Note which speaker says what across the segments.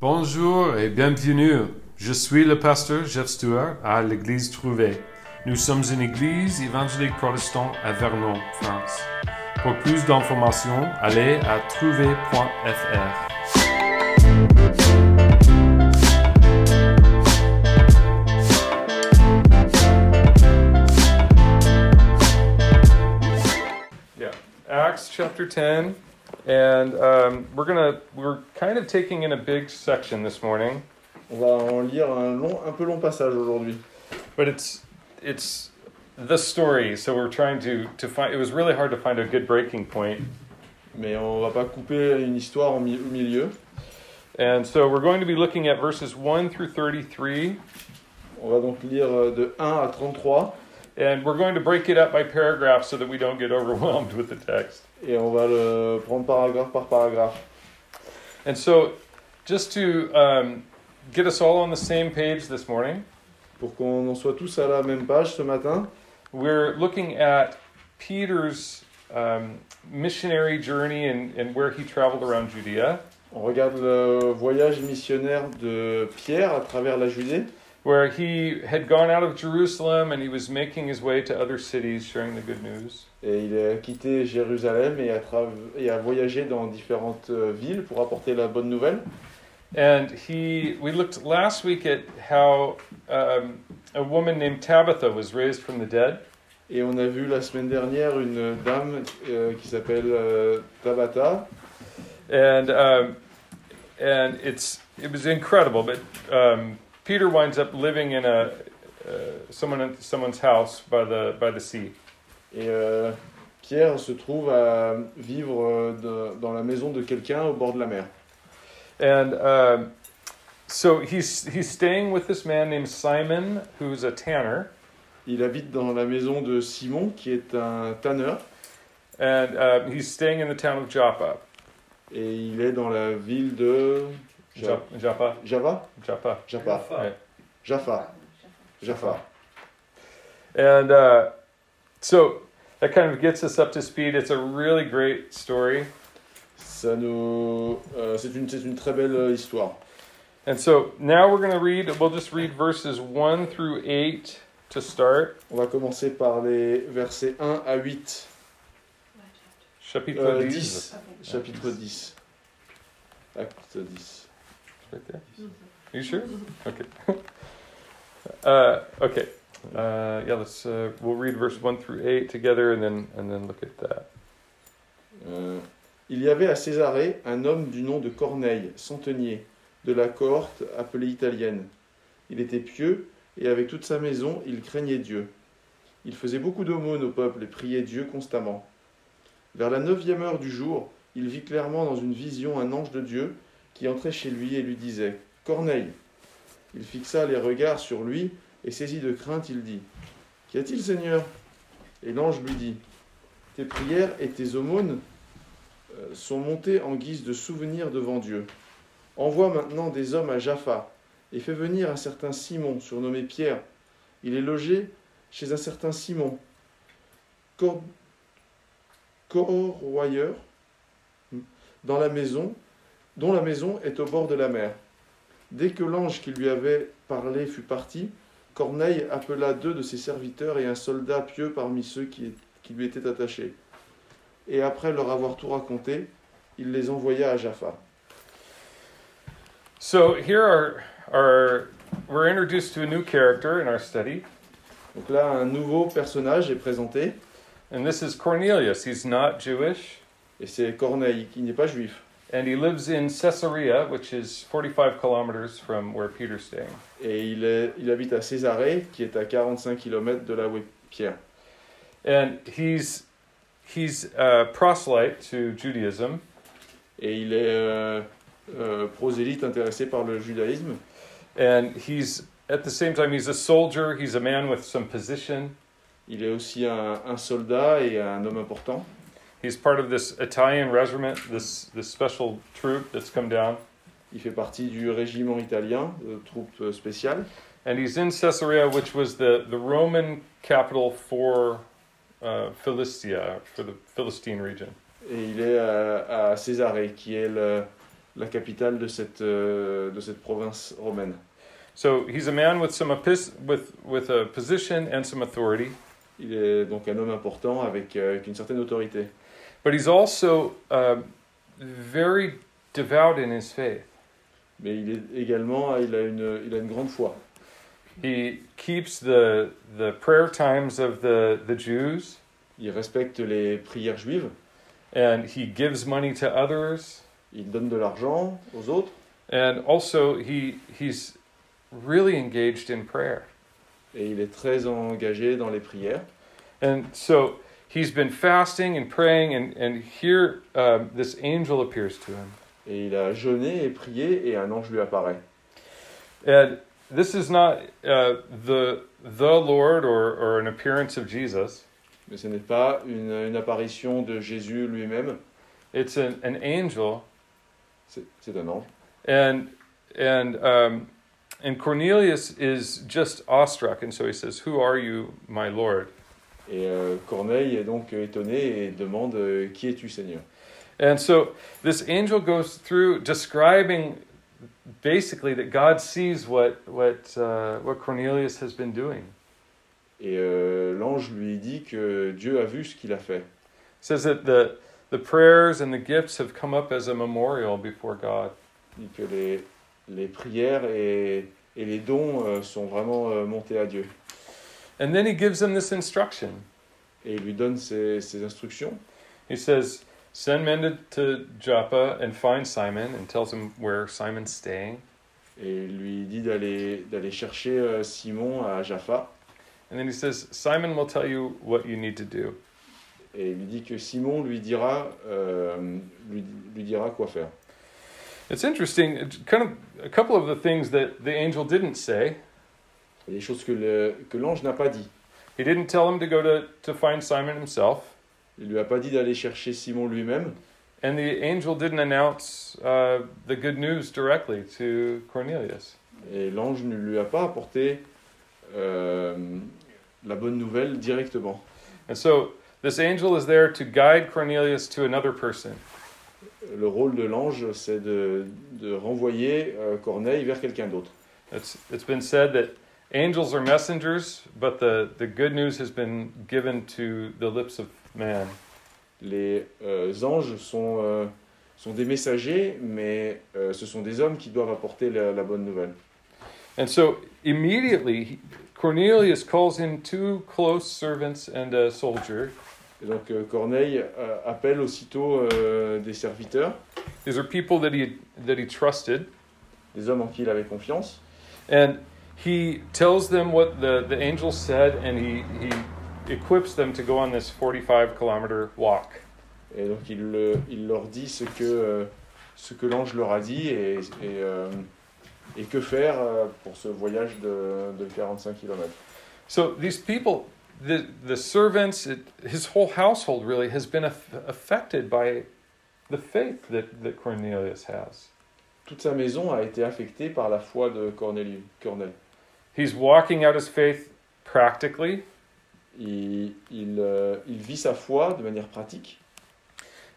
Speaker 1: Bonjour et bienvenue. Je suis le pasteur Jeff Stewart à l'église Trouvé. Nous sommes une église évangélique protestante à Vernon, France. Pour plus d'informations, allez à trouvé.fr.
Speaker 2: Yeah, Acts chapter 10, and um, we're gonna we're kind of taking in a big section this morning,
Speaker 3: On va en lire un, long, un peu long passage aujourd'hui.
Speaker 2: but it's it's the story. So we're trying to to find. It was really hard to find a good breaking point,
Speaker 3: Mais on va pas couper une histoire en mi- au milieu.
Speaker 2: and so we're going to be looking at verses one through thirty-three,
Speaker 3: On va donc lire euh, de 1 à 33
Speaker 2: and we're going to break it up by paragraphs so that we don't get overwhelmed with the text.
Speaker 3: et on va le prendre paragraphe par paragraphe.
Speaker 2: And so, just to um, get us all on the same page this morning,
Speaker 3: Pour qu'on en soit tous à la même page ce matin,
Speaker 2: We're looking at Peter's um, missionary journey and, and where he traveled around Judea,
Speaker 3: on regarde le voyage missionnaire de Pierre à travers la Judée,
Speaker 2: where he had gone out of Jerusalem and he was making his way to other cities sharing the good news.
Speaker 3: et il a quitté Jérusalem et a, trav- et a voyagé dans différentes euh, villes pour apporter la bonne nouvelle.
Speaker 2: And he, we looked last week at how um, a woman named Tabitha was raised from the dead,
Speaker 3: Et on a vu la semaine dernière une dame euh, qui s'appelle euh, Tabata,
Speaker 2: and um, and it's it was incredible. But um, Peter winds up living in a uh, someone at someone's house by the by the sea.
Speaker 3: Et euh, Pierre se trouve à vivre euh, de- dans la maison de quelqu'un au bord de la mer.
Speaker 2: And um, so he's he's staying with this man named Simon, who's a tanner,
Speaker 3: Il habite dans la maison de Simon, qui est un tanneur,
Speaker 2: and uh, he's staying in the town of Joppa.
Speaker 3: et il est dans la ville de Ja-
Speaker 2: Jop- Joppa,
Speaker 3: Java
Speaker 2: Joppa.
Speaker 3: Jaffa.
Speaker 2: Right.
Speaker 3: Jaffa. Jaffa.
Speaker 2: And uh, so that kind of gets us up to speed. It's a really great story.
Speaker 3: Ça nous, euh, c'est une, c'est une très belle euh, histoire.
Speaker 2: And so now we're going to read. We'll just read verses one through eight to start.
Speaker 3: On va commencer par les versets 1 à 8,
Speaker 2: Chapitre
Speaker 3: euh,
Speaker 2: 10.
Speaker 3: 10, chapitre 10. Acte 10.
Speaker 2: Right there. Are you sure? Okay. uh, okay. Uh, yeah, let's. Uh, we'll read verse one through eight together, and then and then look at that.
Speaker 3: Euh, il y avait à Césarée un homme du nom de Corneille, centenier, de la cohorte appelée italienne. Il était pieux, et avec toute sa maison, il craignait Dieu. Il faisait beaucoup d'aumônes au peuple et priait Dieu constamment. Vers la neuvième heure du jour, il vit clairement dans une vision un ange de Dieu qui entrait chez lui et lui disait Corneille Il fixa les regards sur lui et saisi de crainte, il dit Qu'y a-t-il, Seigneur Et l'ange lui dit Tes prières et tes aumônes euh, sont montées en guise de souvenir devant Dieu. Envoie maintenant des hommes à Jaffa et fais venir un certain Simon, surnommé Pierre. Il est logé chez un certain Simon, cor- corroyeur, dans la maison, dont la maison est au bord de la mer. Dès que l'ange qui lui avait parlé fut parti, Corneille appela deux de ses serviteurs et un soldat pieux parmi ceux qui, qui lui étaient attachés. Et après leur avoir tout raconté, il les envoya à Jaffa.
Speaker 2: So here are are we're introduced to a new character in our study,
Speaker 3: Donc là, un nouveau personnage est présenté,
Speaker 2: and this is Cornelius. He's not Jewish,
Speaker 3: et c'est Corneille, qui n'est pas juif.
Speaker 2: and he lives in Caesarea, which is forty-five kilometers from where Peter's staying.
Speaker 3: Et il, est- il habite à Césarée, qui est à 45 km de là où est Pierre.
Speaker 2: And he's he's a proselyte to Judaism,
Speaker 3: Et il est euh, euh, prosélyte intéressé par le judaïsme.
Speaker 2: and he's at the same time he's a soldier. He's a man with some position.
Speaker 3: Il est aussi un, un soldat et un homme important.
Speaker 2: He's part of this Italian regiment, this this special troop that's come down,
Speaker 3: Il fait partie du régiment italien, de troupe spéciale.
Speaker 2: and he's in Caesarea, which was the the Roman capital for uh, Philistia, for the Philistine region.
Speaker 3: Et il est à, à Césarée, qui est le- la capitale de cette, euh, de cette province romaine.
Speaker 2: So he's a man with some epis- with with a position and some authority,
Speaker 3: Il est donc un homme important avec, euh, avec une certaine autorité.
Speaker 2: but he's also uh, very devout in his faith.
Speaker 3: Mais il est également, il a une, il a une grande foi.
Speaker 2: He keeps the the prayer times of the the Jews,
Speaker 3: Il respecte les prières juives,
Speaker 2: and he gives money to others,
Speaker 3: il donne de l'argent aux autres,
Speaker 2: and also he he's really engaged in prayer.
Speaker 3: et il est très engagé dans les prières.
Speaker 2: And so he's been fasting and praying, and and here um, this angel appears to him,
Speaker 3: Et il a jeûné et prié, et un ange lui apparaît.
Speaker 2: and this is not uh, the the Lord or or an appearance of Jesus.
Speaker 3: Mais ce n'est pas une, une apparition de Jésus lui-même,
Speaker 2: It's an, an angel,
Speaker 3: c'est c'est un ange.
Speaker 2: and and um, and Cornelius is just awestruck, and so he says, "Who are you, my Lord?"
Speaker 3: Et euh, Corneille est donc étonné et demande euh, Qui es-tu, Seigneur
Speaker 2: And so this angel goes through describing basically that God sees what what uh, what Cornelius has been doing.
Speaker 3: Et euh, l'ange lui dit que Dieu a vu ce qu'il a fait.
Speaker 2: says that the the prayers and the gifts have come up as a memorial before God.
Speaker 3: Il dit que les, les prières et, et les dons euh, sont vraiment euh, montés à Dieu.
Speaker 2: And then he gives him this instruction.
Speaker 3: Et il lui donne ses, ses instructions.
Speaker 2: He says, "Send men to, to Joppa and find Simon," and tells him where Simon's staying.
Speaker 3: Et il lui dit d'aller d'aller chercher euh, Simon à Jaffa.
Speaker 2: And then he says, "Simon will tell you what you need to do."
Speaker 3: Et il lui dit que Simon lui dira, euh, lui, lui dira quoi faire.
Speaker 2: It's interesting. It's kind of a couple of the things that the angel didn't say.
Speaker 3: Il y a des choses que le- que l'ange n'a pas dit.
Speaker 2: He didn't tell him to go to, to find Simon himself,
Speaker 3: Il lui a pas dit d'aller chercher Simon lui-même.
Speaker 2: and the angel didn't announce uh, the good news directly to Cornelius.
Speaker 3: Et l'ange ne lui a pas apporté euh, la bonne nouvelle directement.
Speaker 2: And so this angel is there to guide Cornelius to another person.
Speaker 3: Le rôle de l'ange, c'est de, de renvoyer euh, Corneille vers quelqu'un d'autre.
Speaker 2: It's, it's been said that angels are messengers, but the, the good news has been given to the lips of man.
Speaker 3: Les euh, anges sont, euh, sont des messagers, mais euh, ce sont des hommes qui doivent apporter la, la bonne nouvelle.
Speaker 2: And so immediately he- Cornelius calls in two close servants and a soldier.
Speaker 3: Et donc euh, Corneille euh, appelle aussitôt euh, des serviteurs,
Speaker 2: These are people that he, that he trusted.
Speaker 3: des hommes en qui il avait confiance.
Speaker 2: And he tells them what the, the angel said, and he, he equips them to go on this 45 kilometer walk.
Speaker 3: Et donc il, le- il leur dit ce que, euh, ce que l'ange leur a dit et, et, euh, et que faire euh, pour ce voyage de, de 45 km.
Speaker 2: So these people, the, the servants, it, his whole household really has been aff- affected by the faith that, that Cornelius has.
Speaker 3: Toute sa maison a été affectée par la foi de Corneille. Corneille.
Speaker 2: He's walking out his faith practically,
Speaker 3: Il, il, euh, il vit sa foi de manière pratique,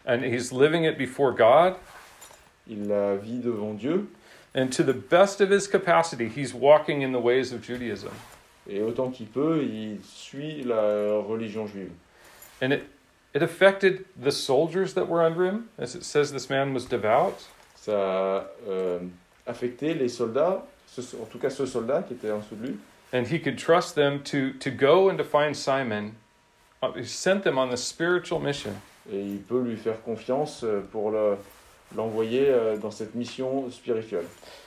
Speaker 2: and he's living it before God.
Speaker 3: il la vit devant Dieu,
Speaker 2: And to the best of his capacity, he's walking in the ways of Judaism.
Speaker 3: et autant qu'il peut, il suit la religion juive.
Speaker 2: And it, it affected the soldiers that were under him, as it says this man was devout.
Speaker 3: Ça a euh, affecté les soldats, ce- en tout cas ce soldat qui était en dessous de lui,
Speaker 2: And he could trust them to, to go and to find Simon. Uh, He sent them on the spiritual mission.
Speaker 3: et il peut lui faire confiance euh, pour le- l'envoyer euh, dans cette mission spirituelle.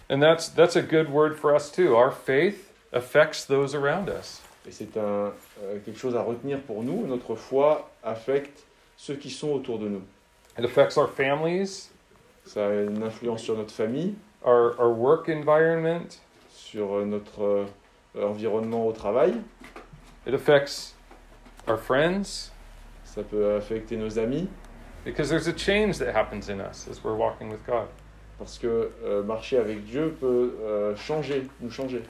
Speaker 2: And that's, that's a good word for us too. Our faith affects those around us.
Speaker 3: Et c'est un, euh, quelque chose à retenir pour nous. Notre foi affecte ceux qui sont autour de nous.
Speaker 2: It affects our families,
Speaker 3: Ça a une influence sur notre famille,
Speaker 2: our, our work environment.
Speaker 3: sur euh, notre euh, environnement au travail.
Speaker 2: It affects our friends
Speaker 3: Ça peut affecter nos amis
Speaker 2: because there's a change that happens in us as we're walking with God.
Speaker 3: parce que euh, marcher avec Dieu peut euh, changer, nous changer.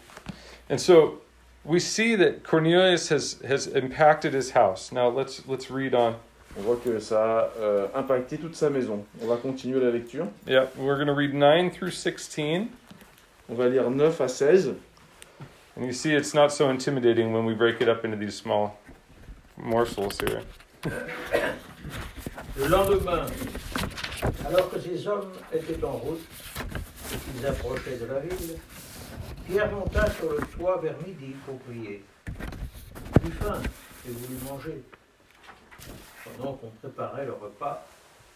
Speaker 2: And so we see that Cornelius has, has impacted his house. Now let's let's read on.
Speaker 3: On voit que ça a euh, impacté toute sa maison. On va continuer la lecture.
Speaker 2: Yeah, we're going to read 9 through 16.
Speaker 3: On va lire 9 à 16.
Speaker 2: And you see, it's not so intimidating when we break it up into these small morsels here.
Speaker 4: Le lendemain, alors que ces hommes étaient en route et qu'ils approchaient de la ville, Pierre monta sur le toit vers midi pour prier. Il eut faim et voulut manger. Pendant qu'on préparait le repas,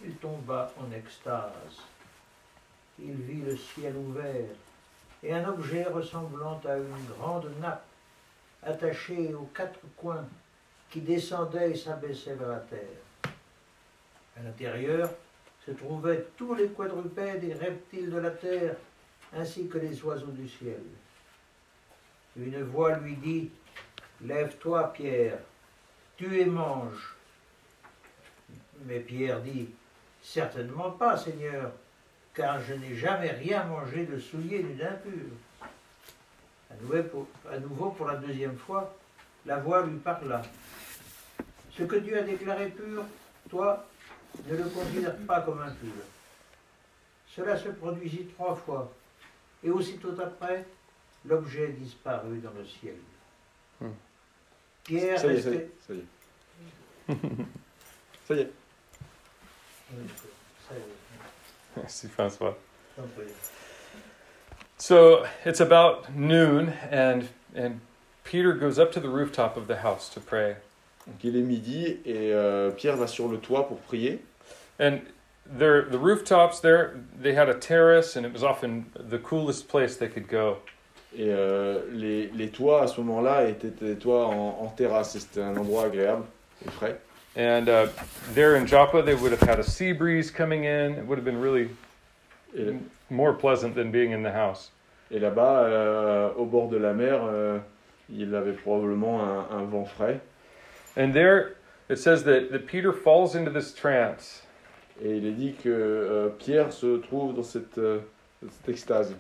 Speaker 4: il tomba en extase. Il vit le ciel ouvert et un objet ressemblant à une grande nappe attachée aux quatre coins qui descendait et s'abaissait vers la terre. À l'intérieur se trouvaient tous les quadrupèdes et reptiles de la terre, ainsi que les oiseaux du ciel. Une voix lui dit, Lève-toi, Pierre, tue et mange. Mais Pierre dit, Certainement pas, Seigneur, car je n'ai jamais rien mangé de souillé ni d'impur. À nouveau pour- à nouveau, pour la deuxième fois, la voix lui parla. Ce que Dieu a déclaré pur, toi, ne le considère pas comme impur. Cela se produisit trois fois, et aussitôt après, l'objet disparut dans le ciel.
Speaker 2: Hmm.
Speaker 4: Pierre
Speaker 3: Ça y est, ça y
Speaker 4: restait.
Speaker 3: est. Ça y est. Ça y est.
Speaker 4: Oui, ça y est,
Speaker 2: Merci, Francois.
Speaker 4: je t'en prie.
Speaker 2: So it's about noon, and and Peter goes up to the rooftop of the house to pray.
Speaker 3: Donc il est midi et euh, Pierre va sur le toit pour prier.
Speaker 2: And there, the rooftops there, they had a terrace, and it was often the coolest place they could go.
Speaker 3: Et euh, les, les toits à ce moment-là étaient des toits en, en terrasse. Et C'était un endroit agréable et frais.
Speaker 2: And uh, there in Joppa, they would have had a sea breeze coming in. It would have been really
Speaker 3: Et,
Speaker 2: more pleasant than being in the house.
Speaker 3: et là-bas, euh, au bord de la mer, euh, il avait probablement un, un vent frais.
Speaker 2: And there, it says that, that Peter falls into this trance.
Speaker 3: Et il est dit que euh, Pierre se trouve dans cette, euh, cette extase.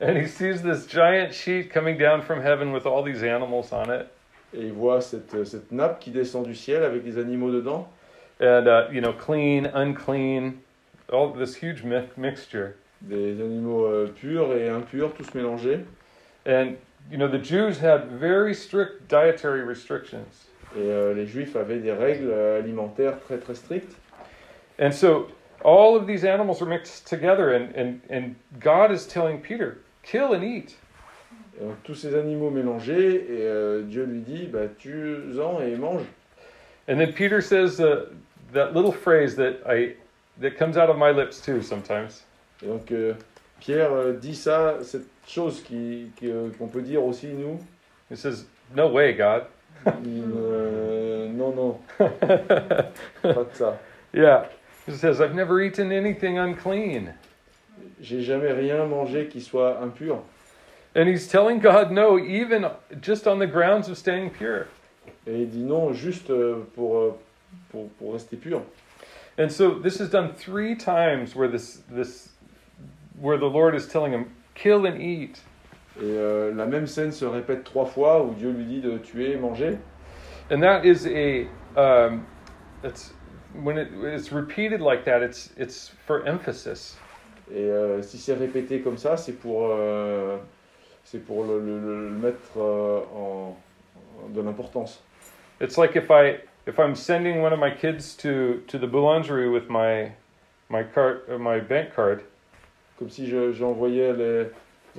Speaker 2: And he sees this giant sheet coming down from heaven with all these animals on it.
Speaker 3: Et il voit cette, euh, cette nappe qui descend du ciel avec des animaux dedans.
Speaker 2: and uh, you know clean unclean all this huge mi- mixture
Speaker 3: Des animaux euh, purs et impurs, tous mélangés.
Speaker 2: and you know the jews had very strict dietary restrictions
Speaker 3: Et euh, les juifs avaient des règles euh, alimentaires très très strictes.
Speaker 2: and so all of these animals are mixed together and, and, and god is telling peter kill and eat
Speaker 3: Et donc, tous ces animaux mélangés, et euh, Dieu lui dit bah, Tue-en et mange.
Speaker 2: and then peter says uh, that little phrase that i that comes out of my lips too sometimes
Speaker 3: Et donc euh, Pierre euh, dit ça, cette chose qui- qui, euh, qu'on peut dire aussi nous.
Speaker 2: he says no way god
Speaker 3: Euh, non, non, pas de ça.
Speaker 2: yeah he says i've never eaten anything unclean
Speaker 3: J'ai jamais rien mangé qui soit impur.
Speaker 2: and he's telling god no even just on the grounds of staying pure
Speaker 3: Et il dit non juste euh, pour, euh, pour, pour rester pur.
Speaker 2: And so this is done three times where this this where the Lord is telling him, kill and eat.
Speaker 3: Et euh, la même scène se répète trois fois où Dieu lui dit de tuer et manger.
Speaker 2: And that is a um, it's when it, it's repeated like that, it's it's for emphasis.
Speaker 3: Et euh, si c'est répété comme ça, c'est pour, euh, c'est pour le, le- le- le mettre euh, en, en- de l'importance.
Speaker 2: It's like if I if I'm sending one of my kids to to the boulangerie with my my card uh, my bank card,
Speaker 3: Comme si je- j'envoyais les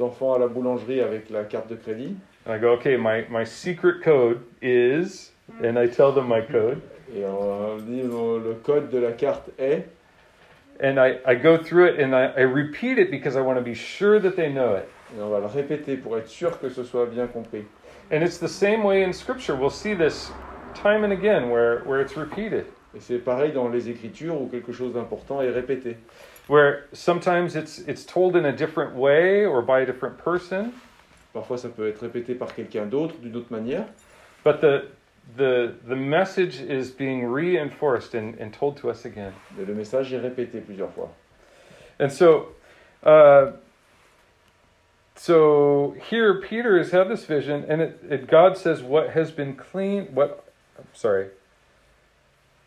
Speaker 3: enfants à la boulangerie avec la carte de crédit.
Speaker 2: and I go, okay, my my secret code is, and I tell them my code,
Speaker 3: Et on dit bon, le code de la carte est.
Speaker 2: and I I go through it and I, I repeat it because I want to be sure that they know it.
Speaker 3: Et on va le répéter pour être sûr que ce soit bien compris.
Speaker 2: And it's the same way in Scripture. We'll see this time and again where, where it's repeated,
Speaker 3: Et c'est pareil dans les écritures où quelque chose d'important est répété.
Speaker 2: where sometimes it's, it's told in a different way or by a different person,
Speaker 3: Parfois ça peut être répété par quelqu'un d'autre, d'une autre manière.
Speaker 2: but the, the, the message is being reinforced and, and told to us again.
Speaker 3: Mais le message est répété plusieurs fois.
Speaker 2: And so, uh, so here Peter has had this vision, and it, it, God says, "What has been clean? What? I'm sorry.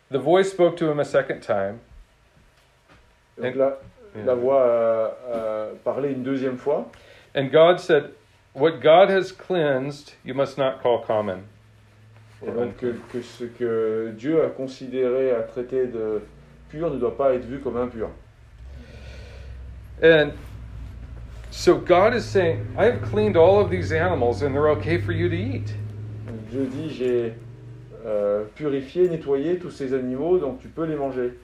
Speaker 2: The voice spoke to him a second time.
Speaker 3: Donc là, la voix a, a parlé une deuxième fois.
Speaker 2: And God said, What God has cleansed, you must not call common.
Speaker 3: Et donc que, que ce que Dieu a considéré, a traité de pur ne doit pas être vu comme impur.
Speaker 2: And so God is saying, I have cleaned all of these animals and they're okay for you to eat.
Speaker 3: Donc Dieu dit j'ai euh, purifié, nettoyé tous ces animaux, donc tu peux les manger.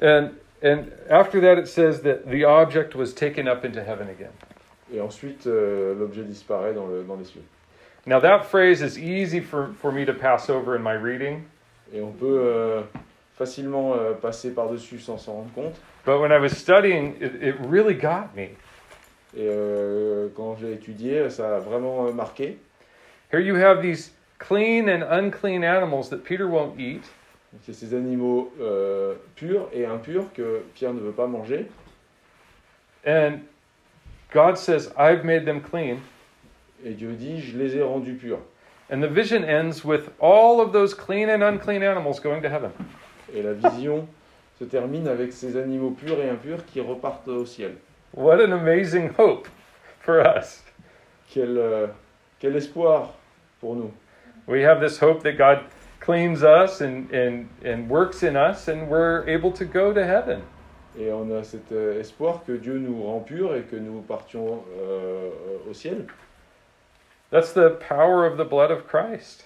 Speaker 2: And and after that it says that the object was taken up into heaven again.
Speaker 3: Et ensuite euh, l'objet disparaît dans, le, dans les cieux.
Speaker 2: Now that phrase is easy for, for me to pass over in my reading,
Speaker 3: Et on peut euh, facilement euh, passer par-dessus sans s'en rendre compte.
Speaker 2: but when I was studying it, it really got me.
Speaker 3: Et euh, quand j'ai étudié, ça a vraiment euh, marqué.
Speaker 2: Here you have these clean and unclean animals that Peter won't eat.
Speaker 3: Donc, C'est ces animaux euh, purs et impurs que Pierre ne veut pas manger.
Speaker 2: And God says, I've made them clean.
Speaker 3: Et Dieu dit, je les ai rendus purs.
Speaker 2: And the vision ends with all of those clean and unclean animals going to heaven.
Speaker 3: Et la vision se termine avec ces animaux purs et impurs qui repartent au ciel.
Speaker 2: What an amazing hope for us.
Speaker 3: Quel, euh, quel espoir pour nous.
Speaker 2: We have this hope that God cleans us and, and, and works in us, and we're able to go to heaven.
Speaker 3: Et on a cet euh, espoir que Dieu nous rend purs et que nous partions euh, au ciel.
Speaker 2: That's the power of the blood of Christ.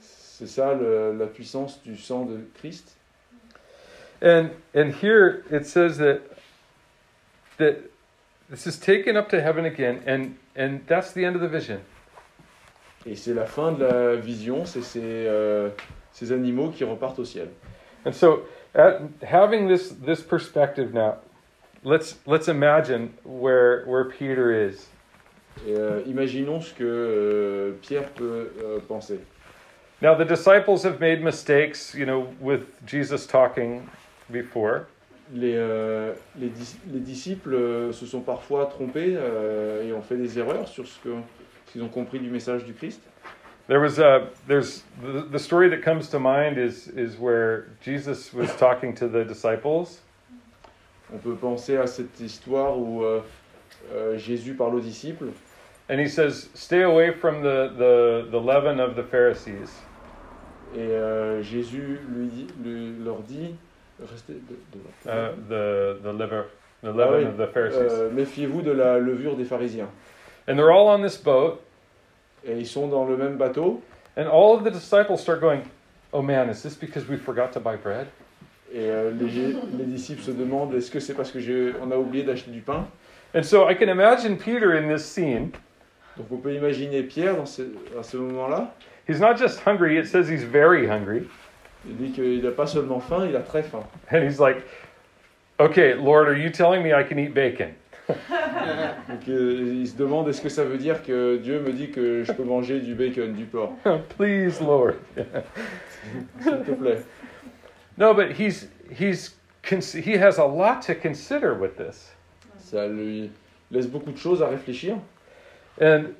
Speaker 3: C'est ça le- la puissance du sang de Christ.
Speaker 2: And, and here it says that, that this is taken up to heaven again, and, and that's the end of the vision.
Speaker 3: Et c'est la fin de la vision, c'est ces, euh, ces animaux qui repartent au ciel.
Speaker 2: And so, at, having this this perspective now, let's let's imagine where where Peter is.
Speaker 3: Et, euh, imaginons ce que euh, Pierre peut euh, penser.
Speaker 2: Now, the disciples have made mistakes, you know, with Jesus talking before,
Speaker 3: Les, euh, les, dis- les disciples euh, se sont parfois trompés euh, et ont fait des erreurs sur ce que- ce qu'ils ont compris du message du Christ.
Speaker 2: There was a there's the, the story that comes to mind is is where Jesus was talking to the disciples
Speaker 3: On peut penser à cette histoire où euh, euh, Jésus parle aux disciples
Speaker 2: and he says, "Stay away from the the, the leaven of the Pharisees."
Speaker 3: et euh, Jésus lui dit- lui- leur dit Restez de- de-
Speaker 2: Uh, the the liver the
Speaker 3: Ah
Speaker 2: leaven
Speaker 3: oui.
Speaker 2: of the Pharisees.
Speaker 3: Euh, Méfiez-vous de la levure des pharisiens.
Speaker 2: and they're all on this boat
Speaker 3: Et ils sont dans le même bateau
Speaker 2: and all of the disciples start going, "Oh man, is this because we forgot to buy bread?"
Speaker 3: et euh, les, Gé- les disciples se demandent Est-ce que c'est parce que j'ai- on a oublié d'acheter du pain
Speaker 2: And so I can imagine Peter in this scene.
Speaker 3: Donc on peut imaginer Pierre dans ce- à ce moment-là.
Speaker 2: He's not just hungry, it says he's very hungry.
Speaker 3: Il dit qu'il n'a pas seulement faim, il a très faim.
Speaker 2: And he's like, "Okay, Lord, are you telling me I can eat bacon?"
Speaker 3: Donc euh, il se demande est-ce que ça veut dire que Dieu me dit que je peux manger du bacon, du porc,
Speaker 2: Please, Lord.
Speaker 3: s'il te plaît.
Speaker 2: No, but he's he's cons- he has a lot to consider with this,
Speaker 3: Ça lui laisse beaucoup de choses à réfléchir.
Speaker 2: and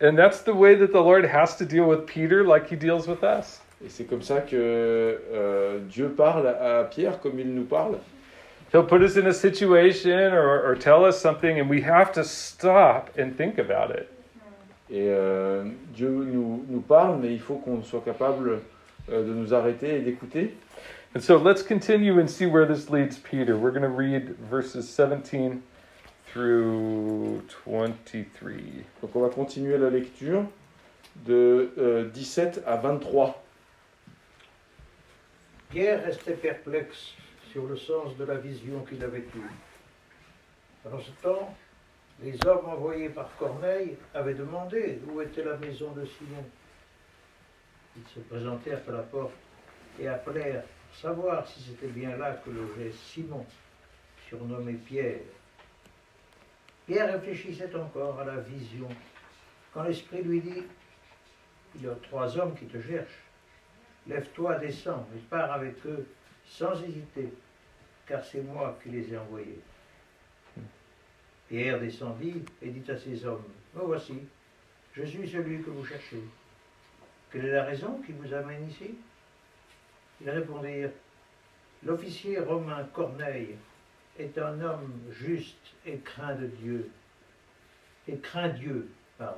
Speaker 2: and that's the way that the Lord has to deal with Peter, like He deals with us.
Speaker 3: Et c'est comme ça que euh, Dieu parle à Pierre comme il nous parle.
Speaker 2: He'll put us in a situation or, or tell us something, and we have to stop and think about it.
Speaker 3: Et euh, Dieu nous, nous parle, mais il faut qu'on soit capable euh, de nous arrêter et d'écouter.
Speaker 2: And so let's continue and see where this leads Peter. We're going to read verses 17 through 23.
Speaker 3: Donc on va continuer la lecture de euh, 17 à 23.
Speaker 4: Pierre restait perplexe sur le sens de la vision qu'il avait eue. Pendant ce temps, les hommes envoyés par Corneille avaient demandé où était la maison de Simon. Ils se présentèrent à la porte et appelèrent pour savoir si c'était bien là que logeait Simon, surnommé Pierre. Pierre réfléchissait encore à la vision quand l'esprit lui dit Il y a trois hommes qui te cherchent. Lève-toi, descends et pars avec eux sans hésiter, car c'est moi qui les ai envoyés. Pierre descendit et dit à ses hommes, Me voici, je suis celui que vous cherchez. Quelle est la raison qui vous amène ici Ils répondirent L'officier romain Corneille est un homme juste et craint de Dieu, et craint Dieu, pardon.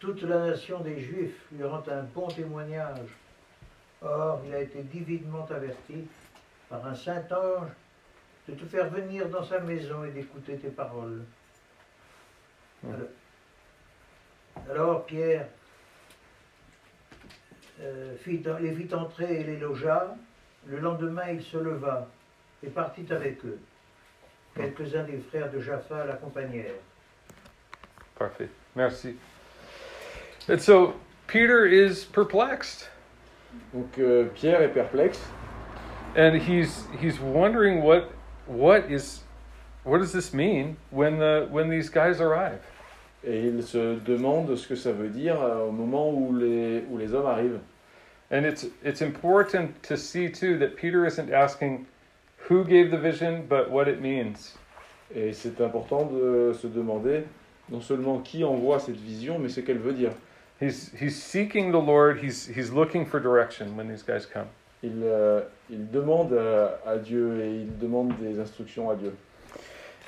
Speaker 4: Toute la nation des Juifs lui rend un bon témoignage. Or, il a été divinement averti par un saint ange de te faire venir dans sa maison et d'écouter tes paroles. Alors, alors Pierre euh, fit- les fit entrer et les logea. Le lendemain, il se leva et partit avec eux. Quelques-uns des frères de Jaffa l'accompagnèrent.
Speaker 2: Parfait. Merci. And so Peter is perplexed
Speaker 3: Donc euh, Pierre est perplexe.
Speaker 2: and he's he's wondering what what is what does this mean when the when these guys arrive?
Speaker 3: Et il se demande ce que ça veut dire euh, au moment où les, où les hommes arrivent.
Speaker 2: And it's it's important to see too that Peter isn't asking who gave the vision but what it means.
Speaker 3: Et c'est important de se demander non seulement qui envoie cette vision, mais ce qu'elle veut dire.
Speaker 2: He's he's seeking the Lord. He's he's looking for direction when these guys come.
Speaker 3: Il, euh, il demande euh, à Dieu et il demande des instructions à Dieu.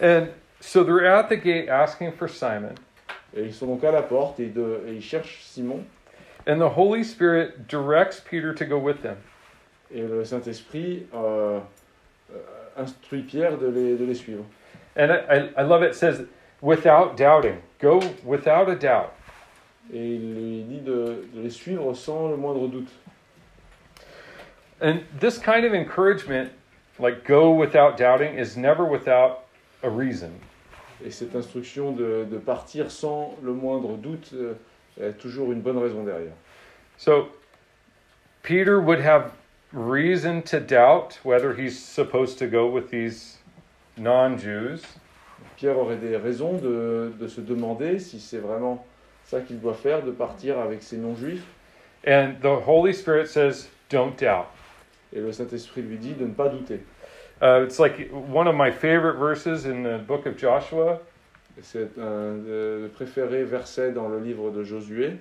Speaker 2: And so they're at the gate asking for Simon.
Speaker 3: Et ils sont donc à la porte et, de, et ils cherchent Simon.
Speaker 2: And the Holy Spirit directs Peter to go with them.
Speaker 3: Et le Saint-Esprit euh, euh, instruit Pierre de les, de les suivre.
Speaker 2: And I, I, I love it. it says, without doubting. Go without a doubt.
Speaker 3: Et il lui dit de, de les suivre sans le moindre doute.
Speaker 2: And this kind of encouragement, like go without doubting, is never without a reason.
Speaker 3: Et cette instruction de, de partir sans le moindre doute euh, a toujours une bonne raison derrière.
Speaker 2: So Peter would have reason to doubt whether he's supposed to go with these non Jews.
Speaker 3: Pierre aurait des raisons de, de se demander si c'est vraiment ça qu'il doit faire, de partir avec ces non-juifs.
Speaker 2: And the Holy Spirit says, don't doubt.
Speaker 3: Et le Saint-Esprit lui dit de ne pas douter.
Speaker 2: Uh, it's like one of my favorite verses in the book of Joshua.
Speaker 3: C'est un de préféré verset dans le livre de Josué.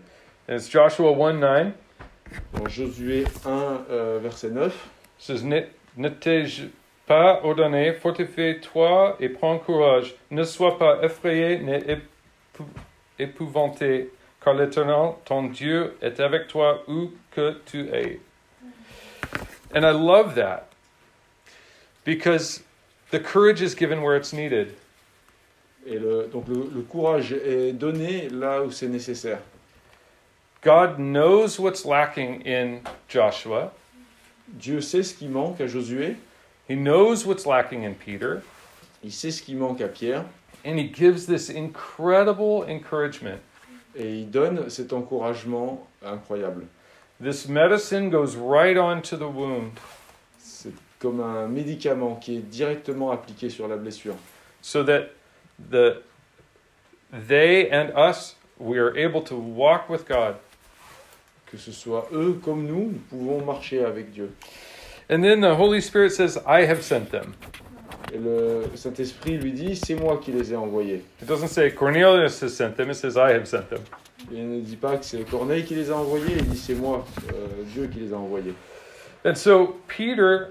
Speaker 2: And it's Joshua 1 9. It
Speaker 3: Dans Josué 1, euh, verset 9.
Speaker 2: says, Ne, ne t'ai pas ordonné, fortifie-toi et prends courage. Ne sois pas effrayé, ni épou- épouvanté, car l'Éternel, ton Dieu, est avec toi où que tu es. And I love that because the courage is given where it's needed.
Speaker 3: Et le, donc le, le courage est donné là où c'est nécessaire.
Speaker 2: God knows what's lacking in Joshua.
Speaker 3: Dieu sait ce qui manque à Josué,
Speaker 2: He knows what's lacking in Peter,
Speaker 3: il sait ce qui manque à Pierre,
Speaker 2: and he gives this incredible encouragement.
Speaker 3: et il donne cet encouragement incroyable.
Speaker 2: This medicine goes right on to the wound
Speaker 3: C'est comme un médicament qui est directement appliqué sur la blessure,
Speaker 2: so that the they and us we are able to walk with God.
Speaker 3: que ce soit eux comme nous, nous pouvons marcher avec Dieu.
Speaker 2: And then the Holy Spirit says, "I have sent them."
Speaker 3: Et le Saint-Esprit lui dit, c'est moi qui les ai envoyés.
Speaker 2: It doesn't say Cornelius has sent them, it says I have sent them.
Speaker 3: Il ne dit pas que c'est Corneille qui les a envoyés, il dit c'est moi, euh, Dieu qui les a envoyés.
Speaker 2: And so Peter,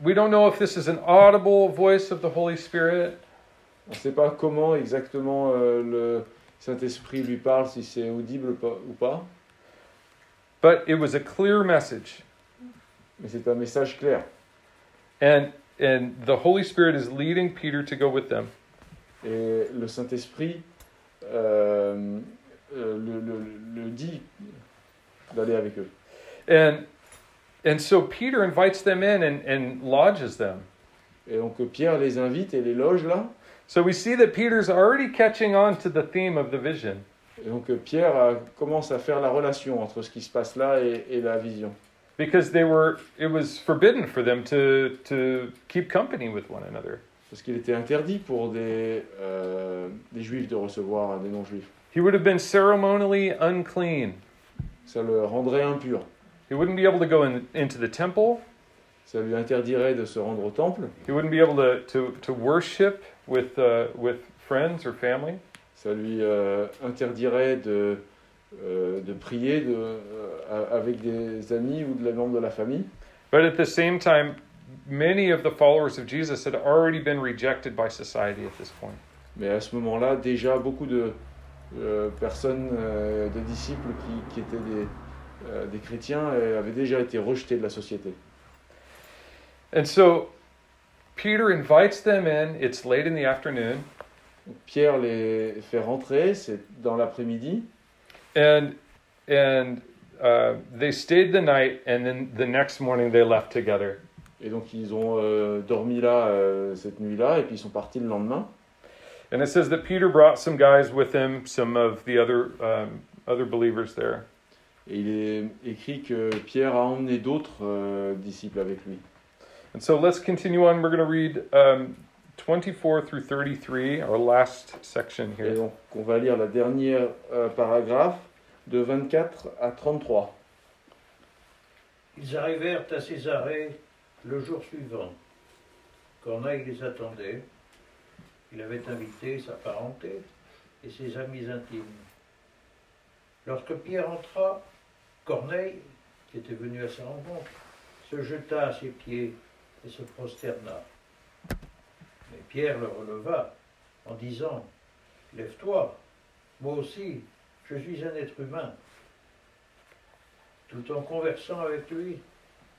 Speaker 2: we don't know if this is an audible voice of the Holy Spirit
Speaker 3: On ne sait pas comment exactement euh, le Saint-Esprit lui parle, si c'est audible pas- ou pas,
Speaker 2: But it was a clear message.
Speaker 3: mais c'est un message clair.
Speaker 2: And and the Holy Spirit is leading Peter to go with them.
Speaker 3: Et le Saint-Esprit euh, euh, le, le- le dit d'aller avec eux.
Speaker 2: And and so Peter invites them in and, and lodges them.
Speaker 3: Et donc euh, Pierre les invite et les loge là.
Speaker 2: So we see that Peter's already catching on to the theme of the vision.
Speaker 3: Et donc euh, Pierre euh, commence à faire la relation entre ce qui se passe là et, et la vision.
Speaker 2: Because they were it was forbidden for them to to keep company with one another.
Speaker 3: Parce qu'il était interdit pour des, euh, des juifs de recevoir des non-juifs.
Speaker 2: He would have been ceremonially unclean.
Speaker 3: Ça le rendrait impur.
Speaker 2: He wouldn't be able to go in, into the temple.
Speaker 3: Ça lui interdirait de se rendre au temple.
Speaker 2: He wouldn't be able to, to, to worship with uh, with friends or family.
Speaker 3: Ça lui euh, interdirait de, euh, de prier de, euh, avec des amis ou de la membre de la famille.
Speaker 2: But at the same time, many of the followers of Jesus had already been rejected by society at this point.
Speaker 3: Mais à ce moment-là, déjà, beaucoup de euh, personnes, euh, de disciples qui, qui étaient des, euh, des chrétiens euh, avaient déjà été rejetés de la société.
Speaker 2: And so Peter invites them in. It's late in the afternoon.
Speaker 3: Donc, Pierre les fait rentrer, c'est dans l'après-midi,
Speaker 2: And, and uh, they stayed the night, and then the next morning they left together.
Speaker 3: et donc ils ont euh, dormi là euh, cette nuit-là, et puis ils sont partis le lendemain.
Speaker 2: And it says that Peter brought some guys with him, some of the other, um, other believers there.
Speaker 3: Et il est écrit que Pierre a emmené d'autres euh, disciples avec lui.
Speaker 2: And so let's continue on. We're going to read um, 24 through 33, our last section
Speaker 3: Et
Speaker 2: here.
Speaker 3: donc on va lire la dernière euh, paragraphe de 24 à 33.
Speaker 4: Ils arrivèrent à Césarée le jour suivant. Corneille les attendait. Il avait invité sa parenté et ses amis intimes. Lorsque Pierre entra, Corneille, qui était venu à sa rencontre, se jeta à ses pieds et se prosterna. Mais Pierre le releva en disant Lève-toi, moi aussi, je suis un être humain. Tout en conversant avec lui,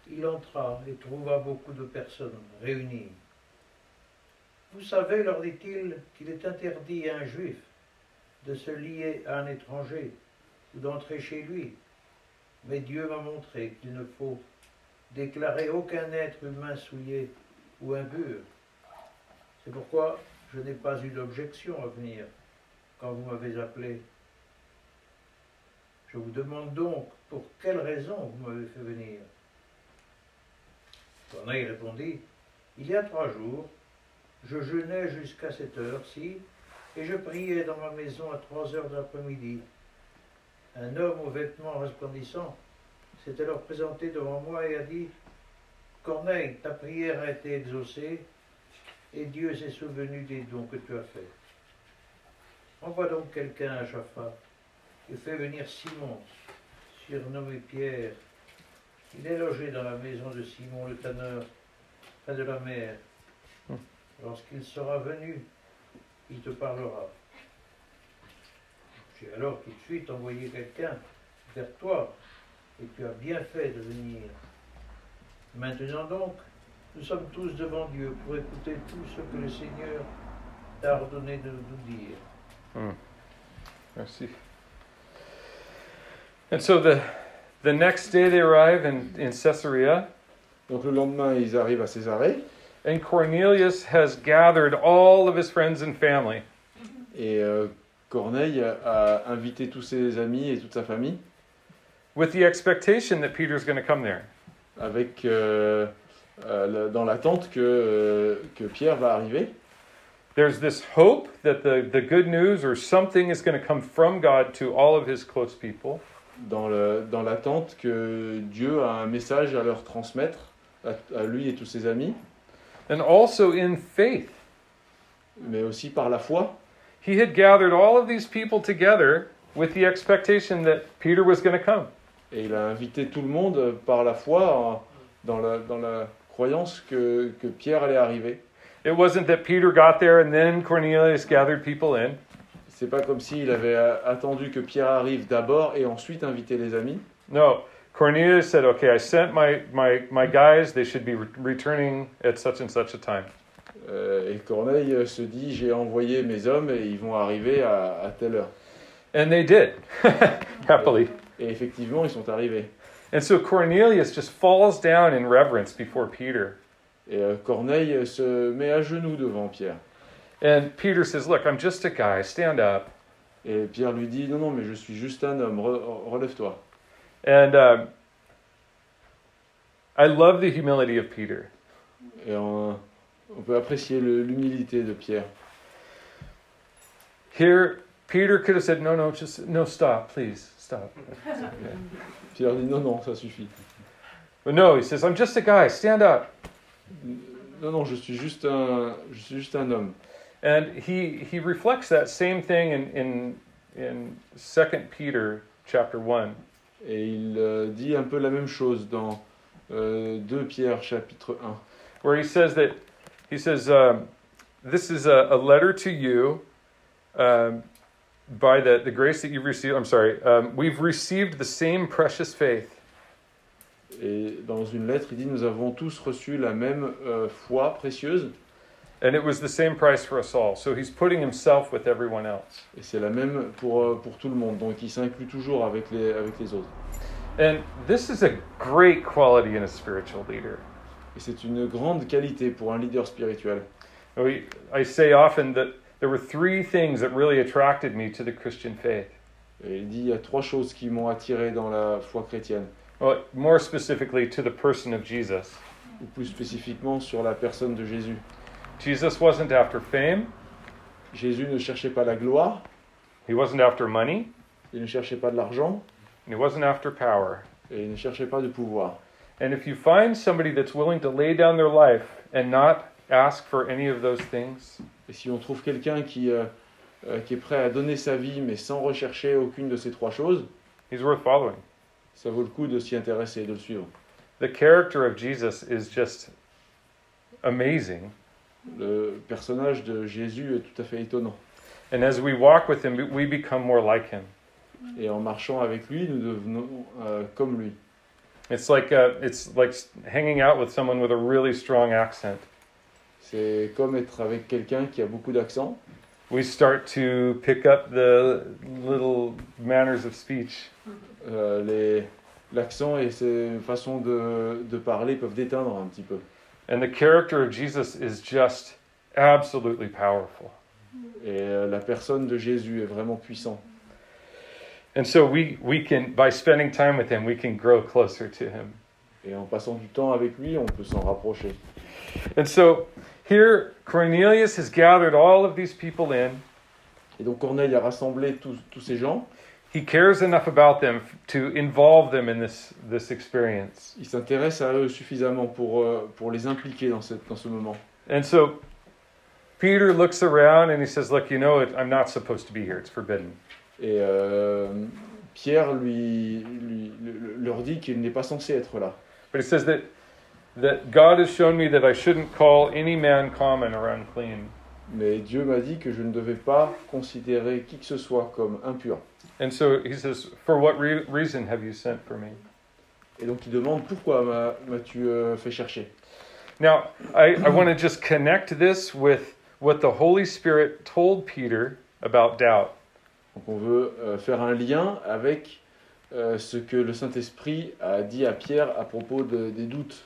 Speaker 4: il entra et trouva beaucoup de personnes réunies. Vous savez, leur dit-il, qu'il est interdit à un juif de se lier à un étranger ou d'entrer chez lui. Mais Dieu m'a montré qu'il ne faut déclarer aucun être humain souillé ou impur. C'est pourquoi je n'ai pas eu d'objection à venir quand vous m'avez appelé. Je vous demande donc pour quelle raison vous m'avez fait venir. Corneille répondit Il y a trois jours, je jeûnais jusqu'à cette heure-ci et je priais dans ma maison à trois heures de l'après-midi. Un homme aux vêtements resplendissants s'est alors présenté devant moi et a dit Corneille, ta prière a été exaucée et Dieu s'est souvenu des dons que tu as faits. Envoie donc quelqu'un à Jaffa et fais venir Simon, surnommé Pierre. Il est logé dans la maison de Simon le tanneur, près de la mer. Lorsqu'il sera venu, il te parlera. J'ai alors tout de suite envoyé quelqu'un vers toi, et tu as bien fait de venir. Maintenant donc, nous sommes tous devant Dieu pour écouter tout ce que le Seigneur t'a ordonné de nous dire.
Speaker 2: Merci. And so the, the next day they arrive in, in Caesarea,
Speaker 3: Donc le lendemain, ils arrivent à Césarée,
Speaker 2: and Cornelius has gathered all of his friends and family.
Speaker 3: et euh, Corneille a invité tous ses amis et toute sa famille,
Speaker 2: with the expectation that Peter's going to come there.
Speaker 3: avec, euh, euh, la- dans l'attente que, euh, que Pierre va arriver.
Speaker 2: There's this hope that the, the good news or something is going to come from God to all of his close people.
Speaker 3: dans le- dans l'attente que Dieu a un message à leur transmettre, à, à lui et tous ses amis,
Speaker 2: And also in faith,
Speaker 3: mais aussi par la foi.
Speaker 2: he had gathered all of these people together with the expectation that Peter was going to come.
Speaker 3: Et il a invité tout le monde par la foi en- dans la, dans la croyance que, que Pierre allait arriver.
Speaker 2: It wasn't that Peter got there and then Cornelius gathered people in.
Speaker 3: C'est pas comme s'il avait euh, attendu que Pierre arrive d'abord et ensuite invité les amis.
Speaker 2: No, Cornelius said, okay, I sent my, my, my guys, they should be re- returning at such and such a time.
Speaker 3: Euh, et Corneille euh, se dit j'ai envoyé mes hommes et ils vont arriver à, à telle heure.
Speaker 2: And they did, happily.
Speaker 3: Et effectivement, ils sont arrivés.
Speaker 2: And so Cornelius just falls down in reverence before Peter.
Speaker 3: Et euh, Corneille se met à genoux devant Pierre.
Speaker 2: And Peter says, Look, I'm just a guy, stand up.
Speaker 3: Et Pierre lui dit, non, non, mais je suis juste un homme, re- relève-toi.
Speaker 2: And um, I love the humility of Peter.
Speaker 3: Et on, on peut apprécier le- l'humilité de Pierre.
Speaker 2: Here, Peter could have said, No, no, just, no, stop, please, stop.
Speaker 3: Pierre dit, non, non, ça suffit.
Speaker 2: But no, he says, I'm just a guy, stand up.
Speaker 3: Non, non, je suis juste un, je suis juste un homme.
Speaker 2: And he, he reflects that same thing in, in, in 2 Peter chapter 1.
Speaker 3: Et il euh, dit un peu la même chose dans euh, 2 Pierre chapitre 1,
Speaker 2: where he says that he says um, this is a, a letter to you um, by the, the grace that you've received i'm sorry um, we've received the same precious faith
Speaker 3: et dans une lettre, il dit, nous avons tous reçu la même euh, foi précieuse,
Speaker 2: and it was the same price for us all so he's putting himself with everyone else
Speaker 3: et c'est la même pour, euh, pour tout le monde, donc il s'inclut toujours avec les, avec les autres.
Speaker 2: and this is a great quality in a spiritual leader
Speaker 3: Et c'est une grande qualité pour un leader spirituel.
Speaker 2: we, i say often that there were three things that really attracted me to the christian faith
Speaker 3: Et il dit, il y a trois choses qui m'ont attiré dans la foi chrétienne,
Speaker 2: well, more specifically to the person of jesus
Speaker 3: ou plus spécifiquement sur la personne de Jésus.
Speaker 2: jesus wasn't after fame
Speaker 3: Jésus ne cherchait pas la gloire,
Speaker 2: he wasn't after money
Speaker 3: il ne cherchait pas de l'argent,
Speaker 2: and he wasn't after power
Speaker 3: et il ne cherchait pas de pouvoir.
Speaker 2: And if you find somebody that's willing to lay down their life and not ask for any of those things,
Speaker 3: Et si on trouve quelqu'un qui, euh, euh, qui est prêt à donner sa vie, mais sans rechercher aucune de ces trois choses,
Speaker 2: he's worth following.
Speaker 3: ça vaut le coup de s'y intéresser et de le suivre.
Speaker 2: The character of Jesus is just amazing.
Speaker 3: Le personnage de Jésus est tout à fait étonnant.
Speaker 2: And as we walk with him, we become more like him.
Speaker 3: Et en marchant avec lui, nous devenons euh, comme lui.
Speaker 2: It's like uh, it's like hanging out with someone with a really strong accent.
Speaker 3: C'est comme être avec quelqu'un qui a beaucoup d'accent.
Speaker 2: We start to pick up the little manners of speech.
Speaker 3: Euh, les- L'accent et ses façons de, de parler peuvent déteindre un petit peu.
Speaker 2: And the character of Jesus is just absolutely powerful.
Speaker 3: Et euh, la personne de Jésus est vraiment puissante.
Speaker 2: And so we, we can, by spending time with him, we can grow closer to him.
Speaker 3: Et en passant du temps avec lui, on peut s'en rapprocher.
Speaker 2: And so here, Cornelius has gathered all of these people in.
Speaker 3: Et donc Corneille a rassemblé tous- tous ces gens.
Speaker 2: He cares enough about them to involve them in this, this experience.
Speaker 3: Il s'intéresse à eux suffisamment pour, euh, pour les impliquer dans, cette, dans ce moment.
Speaker 2: And so Peter looks around and he says, Look, you know, it, I'm not supposed to be here. It's forbidden.
Speaker 3: Et euh, Pierre lui, lui- le- leur dit qu'il n'est pas censé être là.
Speaker 2: But he says that, that God has shown me that I shouldn't call any man common or unclean.
Speaker 3: Mais Dieu m'a dit que je ne devais pas considérer qui que ce soit comme impur.
Speaker 2: And so he says, For what re- reason have you sent for me?
Speaker 3: Et donc il demande pourquoi m'a- m'as-tu euh, fait chercher
Speaker 2: Now, I, I want to just connect this with what the Holy Spirit told Peter about doubt.
Speaker 3: Donc on veut euh, faire un lien avec euh, ce que le Saint-Esprit a dit à Pierre à propos de- des doutes.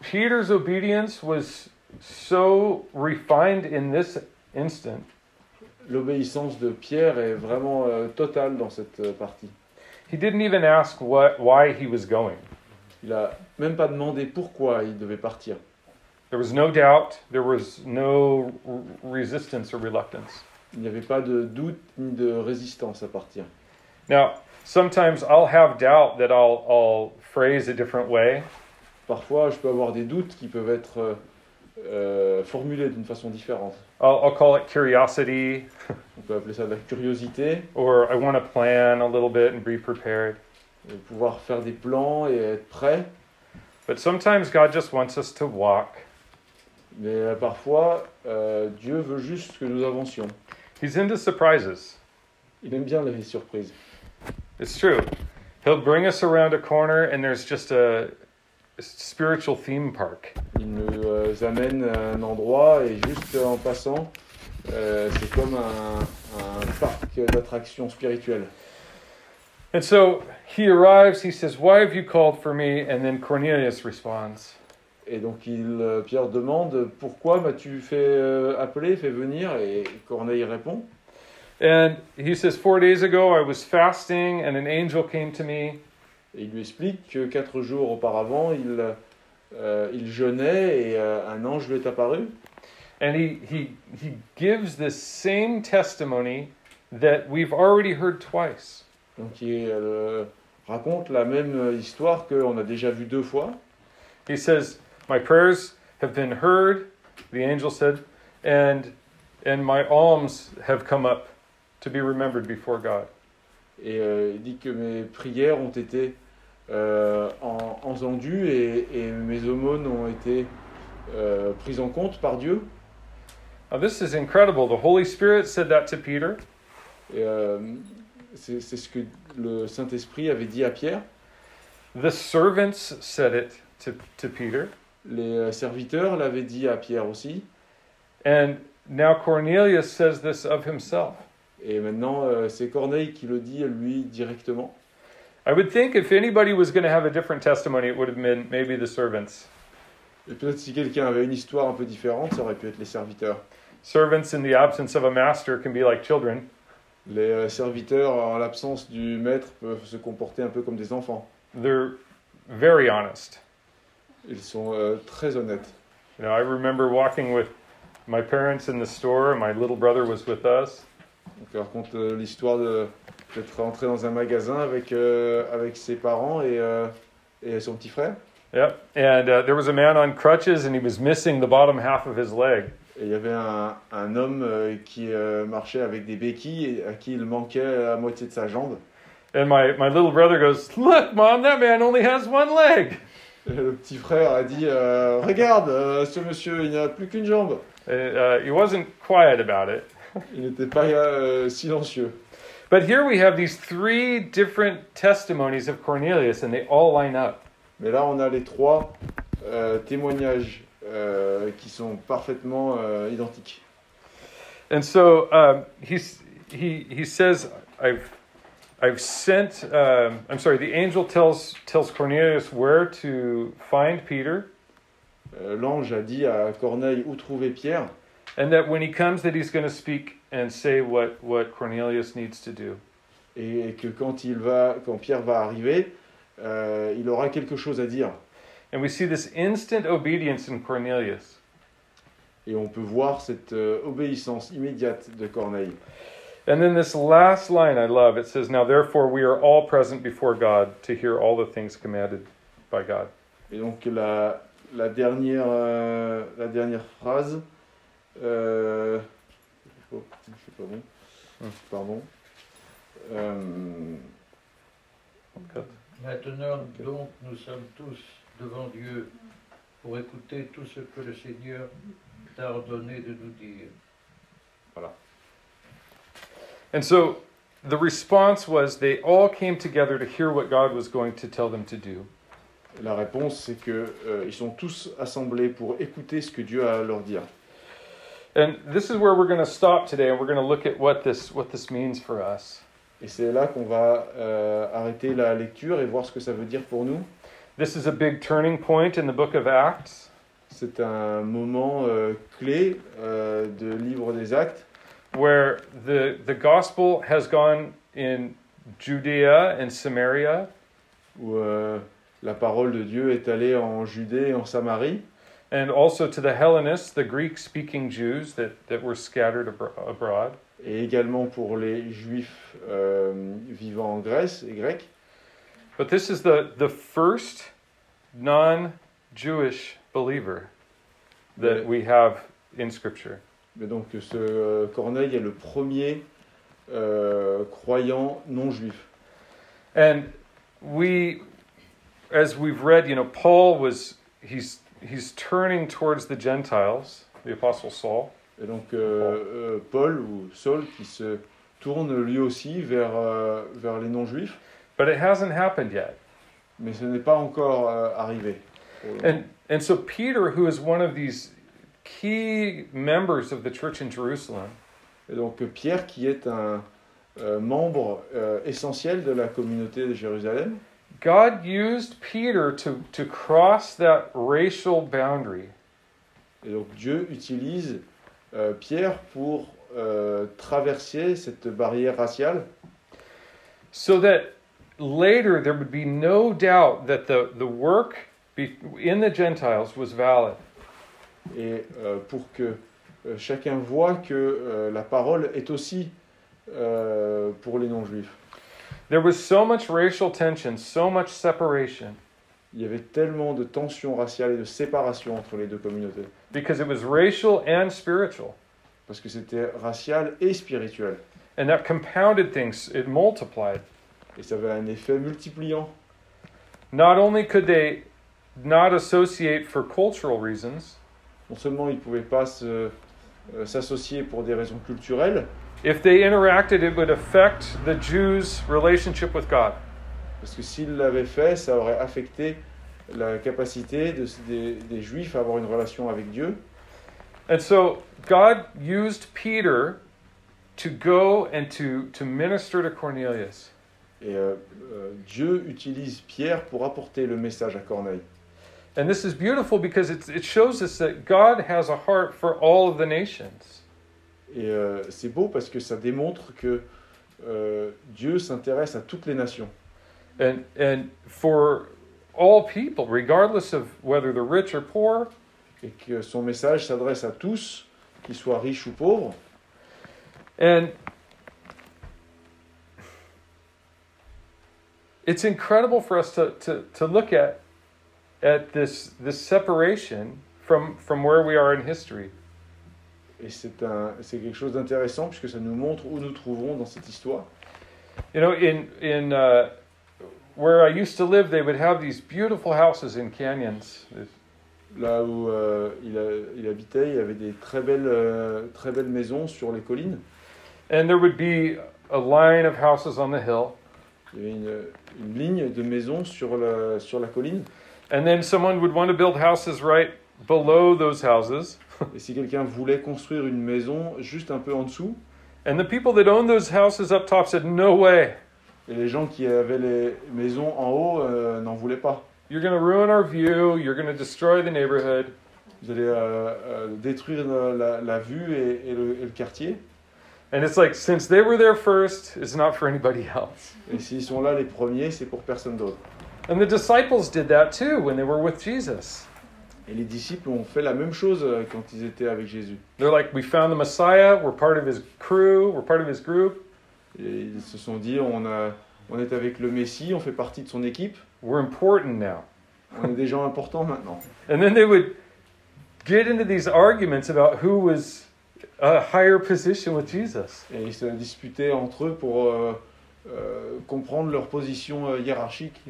Speaker 2: Peter's obedience was so refined in this instant
Speaker 3: L'obéissance de Pierre est vraiment euh, totale dans cette euh, partie.
Speaker 2: he didn't even ask what why he was going
Speaker 3: Il a même pas demandé pourquoi il devait partir.
Speaker 2: there was no doubt there was no r- resistance or reluctance
Speaker 3: Il n'y avait pas de doute ni de résistance à partir.
Speaker 2: now sometimes i'll have doubt that i'll, I'll phrase a different way
Speaker 3: Parfois, je peux avoir des doutes qui peuvent être euh, euh, formulés d'une façon différente.
Speaker 2: I'll, I'll call it curiosity
Speaker 3: On peut appeler ça de la curiosité,
Speaker 2: or i want to plan a little bit and be prepared
Speaker 3: et pouvoir faire des plans et être prêt.
Speaker 2: but sometimes god just wants us to walk
Speaker 3: Mais euh, parfois, euh, Dieu veut juste que nous avancions.
Speaker 2: he's into surprises
Speaker 3: Il aime bien les surprises.
Speaker 2: It's true. He'll bring us around a corner, and there's just a spiritual theme park.
Speaker 3: Il nous euh, amène à un endroit et juste euh, en passant, euh, c'est comme un, un parc d'attractions spirituelles.
Speaker 2: And so he arrives, he says, Why have you called for me? And then Cornelius responds.
Speaker 3: Et donc il, euh, Pierre demande pourquoi m'as-tu fait euh, appeler, fait venir Et Corneille répond
Speaker 2: And he says, Four days ago I was fasting, and an angel came to me.
Speaker 3: Et il lui explique que quatre jours auparavant, il, euh, il jeûnait et euh, un ange lui est apparu.
Speaker 2: And he, he, he gives this same testimony that we've already heard twice.
Speaker 3: Donc il euh, raconte la même histoire qu'on a déjà vue deux fois.
Speaker 2: He says, My prayers have been heard, the angel said, and and my alms have come up to be remembered before God.
Speaker 3: Et euh, il dit que mes prières ont été euh, en- entendu et, et mes aumônes ont été euh, prises en compte par Dieu.
Speaker 2: Now, this is incredible. The Holy Spirit said that to Peter.
Speaker 3: Et, euh, c'est c'est ce que le Saint-Esprit avait dit à Pierre.
Speaker 2: The servants said it to, to Peter.
Speaker 3: Les euh, serviteurs l'avaient dit à Pierre aussi.
Speaker 2: And now Cornelius says this of himself.
Speaker 3: Et maintenant, euh, c'est Corneille qui le dit lui directement.
Speaker 2: I would think if anybody was going to have a different testimony, it would have been maybe the servants.
Speaker 3: Et peut-être si quelqu'un avait une histoire un peu différente, ça aurait pu être les serviteurs.
Speaker 2: Servants, in the absence of a master, can be like children.
Speaker 3: Les euh, serviteurs, en l'absence du maître, peuvent se comporter un peu comme des enfants.
Speaker 2: They're very honest.
Speaker 3: Ils sont euh, très honnêtes.
Speaker 2: You know, I remember walking with my parents in the store, and my little brother was with us.
Speaker 3: Donc, elle raconte euh, l'histoire de- d'être rentré dans un magasin avec, euh, avec ses parents et, euh, et son petit frère.
Speaker 2: Yep. And uh, there was a man on crutches, and he was missing the bottom half of his leg.
Speaker 3: Et il y avait un, un homme euh, qui euh, marchait avec des béquilles et à qui il manquait la moitié de sa jambe.
Speaker 2: And my, my little brother goes, Look, mom, that man only has one leg.
Speaker 3: Et le petit frère a dit euh, Regarde, euh, ce monsieur, il n'a plus qu'une jambe.
Speaker 2: And, uh, he wasn't quiet about it.
Speaker 3: Il n'était pas euh, silencieux.
Speaker 2: But here we have these three different testimonies of Cornelius, and they all line up.
Speaker 3: Mais là, on a les trois euh, témoignages euh, qui sont parfaitement euh, identiques.
Speaker 2: And so um, he's, he, he says, I've, I've sent, um, I'm sorry, the angel tells, tells Cornelius where to find Peter,
Speaker 3: Euh, L'ange a dit à Corneille où trouver Pierre
Speaker 2: and that when he comes, that he's going to speak and say what, what Cornelius needs to do.
Speaker 3: et que quand, il va, quand Pierre va arriver, euh, il aura quelque chose à dire.
Speaker 2: And we see this instant obedience in Cornelius.
Speaker 3: Et on peut voir cette euh, obéissance immédiate de Corneille.
Speaker 2: And then this last line I love it says, Now therefore we are all present before God to hear all the things commanded by God.
Speaker 3: Et donc la, la, dernière, euh, la dernière phrase... euh, oh, c'est pas bon.
Speaker 2: Hum.
Speaker 3: Pardon. Euh,
Speaker 4: Maintenant donc nous sommes tous devant Dieu pour écouter tout ce que le Seigneur t'a ordonné de nous dire.
Speaker 2: And so the response was they all came together to hear what God was going to tell them to do.
Speaker 3: La réponse, c'est que euh, ils sont tous assemblés pour écouter ce que Dieu a à leur dire.
Speaker 2: And this is where we're going to stop today and we're going to look at what this what this means for us.
Speaker 3: Et c'est là qu'on va euh, arrêter la lecture et voir ce que ça veut dire pour nous.
Speaker 2: This is a big turning point in the book of Acts.
Speaker 3: C'est un moment euh, clé euh, de Livre des Actes
Speaker 2: Where the, the gospel has gone in Judea and Samaria,
Speaker 3: où euh, la parole de Dieu est allée en Judée et en Samarie
Speaker 2: and also to the Hellenists, the Greek speaking Jews that, that were scattered abro- abroad.
Speaker 3: et également pour les Juifs euh, vivant en Grèce et Grecs.
Speaker 2: But this is the, the first non Jewish believer that
Speaker 3: Yeah.
Speaker 2: we have in Scripture.
Speaker 3: Mais donc ce euh, Corneille est le premier euh, croyant non juif.
Speaker 2: And we, as we've read, you know, Paul was, he's, he's turning towards the Gentiles, the Apostle Saul.
Speaker 3: Et donc euh, euh, Paul ou Saul qui se tourne lui aussi vers, euh, vers les non-juifs,
Speaker 2: But it hasn't happened yet.
Speaker 3: mais ce n'est pas encore euh, arrivé.
Speaker 2: And, and so Peter, who is one of these key members of the church in Jerusalem,
Speaker 3: Et donc euh, Pierre qui est un euh, membre euh, essentiel de la communauté de Jérusalem,
Speaker 2: God used Peter to, to cross that racial boundary
Speaker 3: et donc Dieu utilise euh, Pierre pour euh, traverser cette barrière raciale
Speaker 2: so that later there would be no doubt that the, the work be, in the Gentiles was valid.
Speaker 3: et euh, pour que euh, chacun voit que euh, la parole est aussi euh, pour les non-juifs.
Speaker 2: There was so much racial tension, so much separation,
Speaker 3: Il y avait tellement de tensions raciales et de séparation entre les deux communautés.
Speaker 2: because it was racial and spiritual.
Speaker 3: Parce que c'était racial et spirituel.
Speaker 2: And that compounded things, it multiplied.
Speaker 3: Et ça avait un effet multipliant.
Speaker 2: Not only could they not associate for cultural reasons,
Speaker 3: Non seulement ils ne pouvaient pas se- euh, s'associer pour des raisons culturelles,
Speaker 2: if they interacted, it would affect the Jews' relationship with God.
Speaker 3: parce que s'ils l'avaient fait, ça aurait affecté la capacité de- des, des Juifs à avoir une relation avec Dieu.
Speaker 2: And so God used Peter to go and to, to minister to Cornelius.
Speaker 3: Et euh, euh, Dieu utilise Pierre pour apporter le message à Corneille.
Speaker 2: And this is beautiful because it's, it shows us that God has a heart for all of the nations.
Speaker 3: Et euh, c'est beau parce que ça démontre que euh, Dieu s'intéresse à toutes les nations.
Speaker 2: and and for all people regardless of whether they're rich or poor
Speaker 3: Et que son message s'adresse à tous, qu'ils soient riches ou pauvres.
Speaker 2: and it's incredible for us to, to, to look at at this this separation from from where we are in history
Speaker 3: Et c'est un- c'est quelque chose d'intéressant puisque ça nous montre où nous trouverons dans cette histoire.
Speaker 2: you know in in uh, where I used to live they would have these beautiful houses in canyons
Speaker 3: Là où euh, il, a- il habitait, il y avait des très belles, euh, très belles maisons sur les collines.
Speaker 2: and there would be a line of houses on the hill
Speaker 3: Il y avait une, une ligne de maisons sur la, sur la colline.
Speaker 2: And then someone would want to build houses right below those houses.
Speaker 3: Et si quelqu'un voulait construire une maison juste un peu en dessous,
Speaker 2: And the people that owned those houses up top said, No way,
Speaker 3: et les gens qui avaient les maisons en haut euh, n'en voulaient pas.
Speaker 2: you're going to ruin our view, you're going to destroy the neighborhood.
Speaker 3: Vous allez euh, euh, détruire la, la- la vue et, et le, et le quartier.
Speaker 2: And it's like, since they were there first, it's not for anybody else.
Speaker 3: Et s'ils sont là les premiers, c'est pour personne d'autre.
Speaker 2: And the disciples did that too when they were with Jesus.
Speaker 3: Et les disciples ont fait la même chose euh, quand ils étaient avec Jésus.
Speaker 2: They're like, We found the Messiah, we're part of his crew, we're part of his group,
Speaker 3: Et ils se sont dit, on, a- on est avec le Messie, on fait partie de son équipe,
Speaker 2: we're important now.
Speaker 3: on est des gens importants maintenant.
Speaker 2: And then they would get into these arguments about who was a higher position with Jesus.
Speaker 3: Et ils se disputaient entre eux pour euh, euh, comprendre leur position euh, hiérarchique.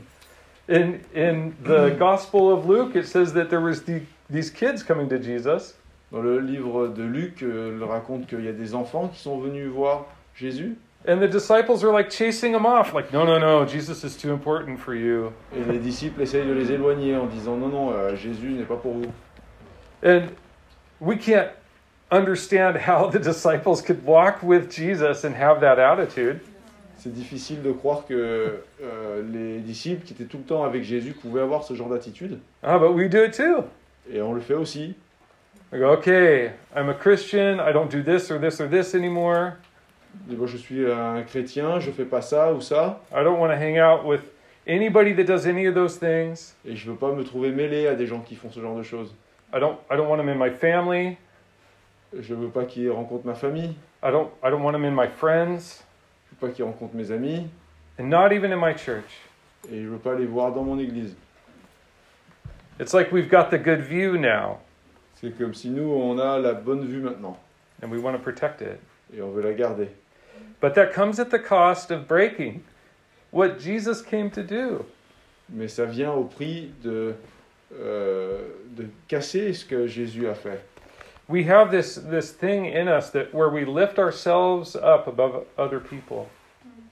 Speaker 2: In in the Gospel of Luke, it says that there was the, these kids coming to Jesus,
Speaker 3: Dans le livre de Luc, euh, il raconte qu'il y a des enfants qui sont venus voir Jésus.
Speaker 2: and the disciples are like chasing them off, like, no, no, no, Jesus is too important for you.
Speaker 3: Et les disciples essayent de les éloigner en disant, non, non, euh, Jésus n'est pas pour vous.
Speaker 2: And we can't understand how the disciples could walk with Jesus and have that attitude.
Speaker 3: C'est difficile de croire que euh, les disciples qui étaient tout le temps avec Jésus pouvaient avoir ce genre d'attitude.
Speaker 2: Ah, but we do it too.
Speaker 3: Et on le fait aussi.
Speaker 2: We go, okay, I'm a Christian, I don't do this or this or this anymore.
Speaker 3: Et moi, je suis un chrétien, je fais pas ça ou ça,
Speaker 2: I don't want to hang out with anybody that does any of those things.
Speaker 3: et je veux pas me trouver mêlé à des gens qui font ce genre de choses.
Speaker 2: I don't I don't want them in my family.
Speaker 3: Je veux pas qu'ils rencontrent ma famille,
Speaker 2: I don't I don't want them in my friends.
Speaker 3: je veux pas qu'ils rencontrent mes amis,
Speaker 2: and not even in my church.
Speaker 3: et je veux pas les voir dans mon église.
Speaker 2: It's like we've got the good view now
Speaker 3: C'est comme si nous, on a la bonne vue maintenant,
Speaker 2: and we want to protect it.
Speaker 3: et on veut la garder.
Speaker 2: But that comes at the cost of breaking what Jesus came to do.
Speaker 3: Mais ça vient au prix de, euh, de casser ce que Jésus a fait.
Speaker 2: We have this, this thing in us that where we lift ourselves up above other people,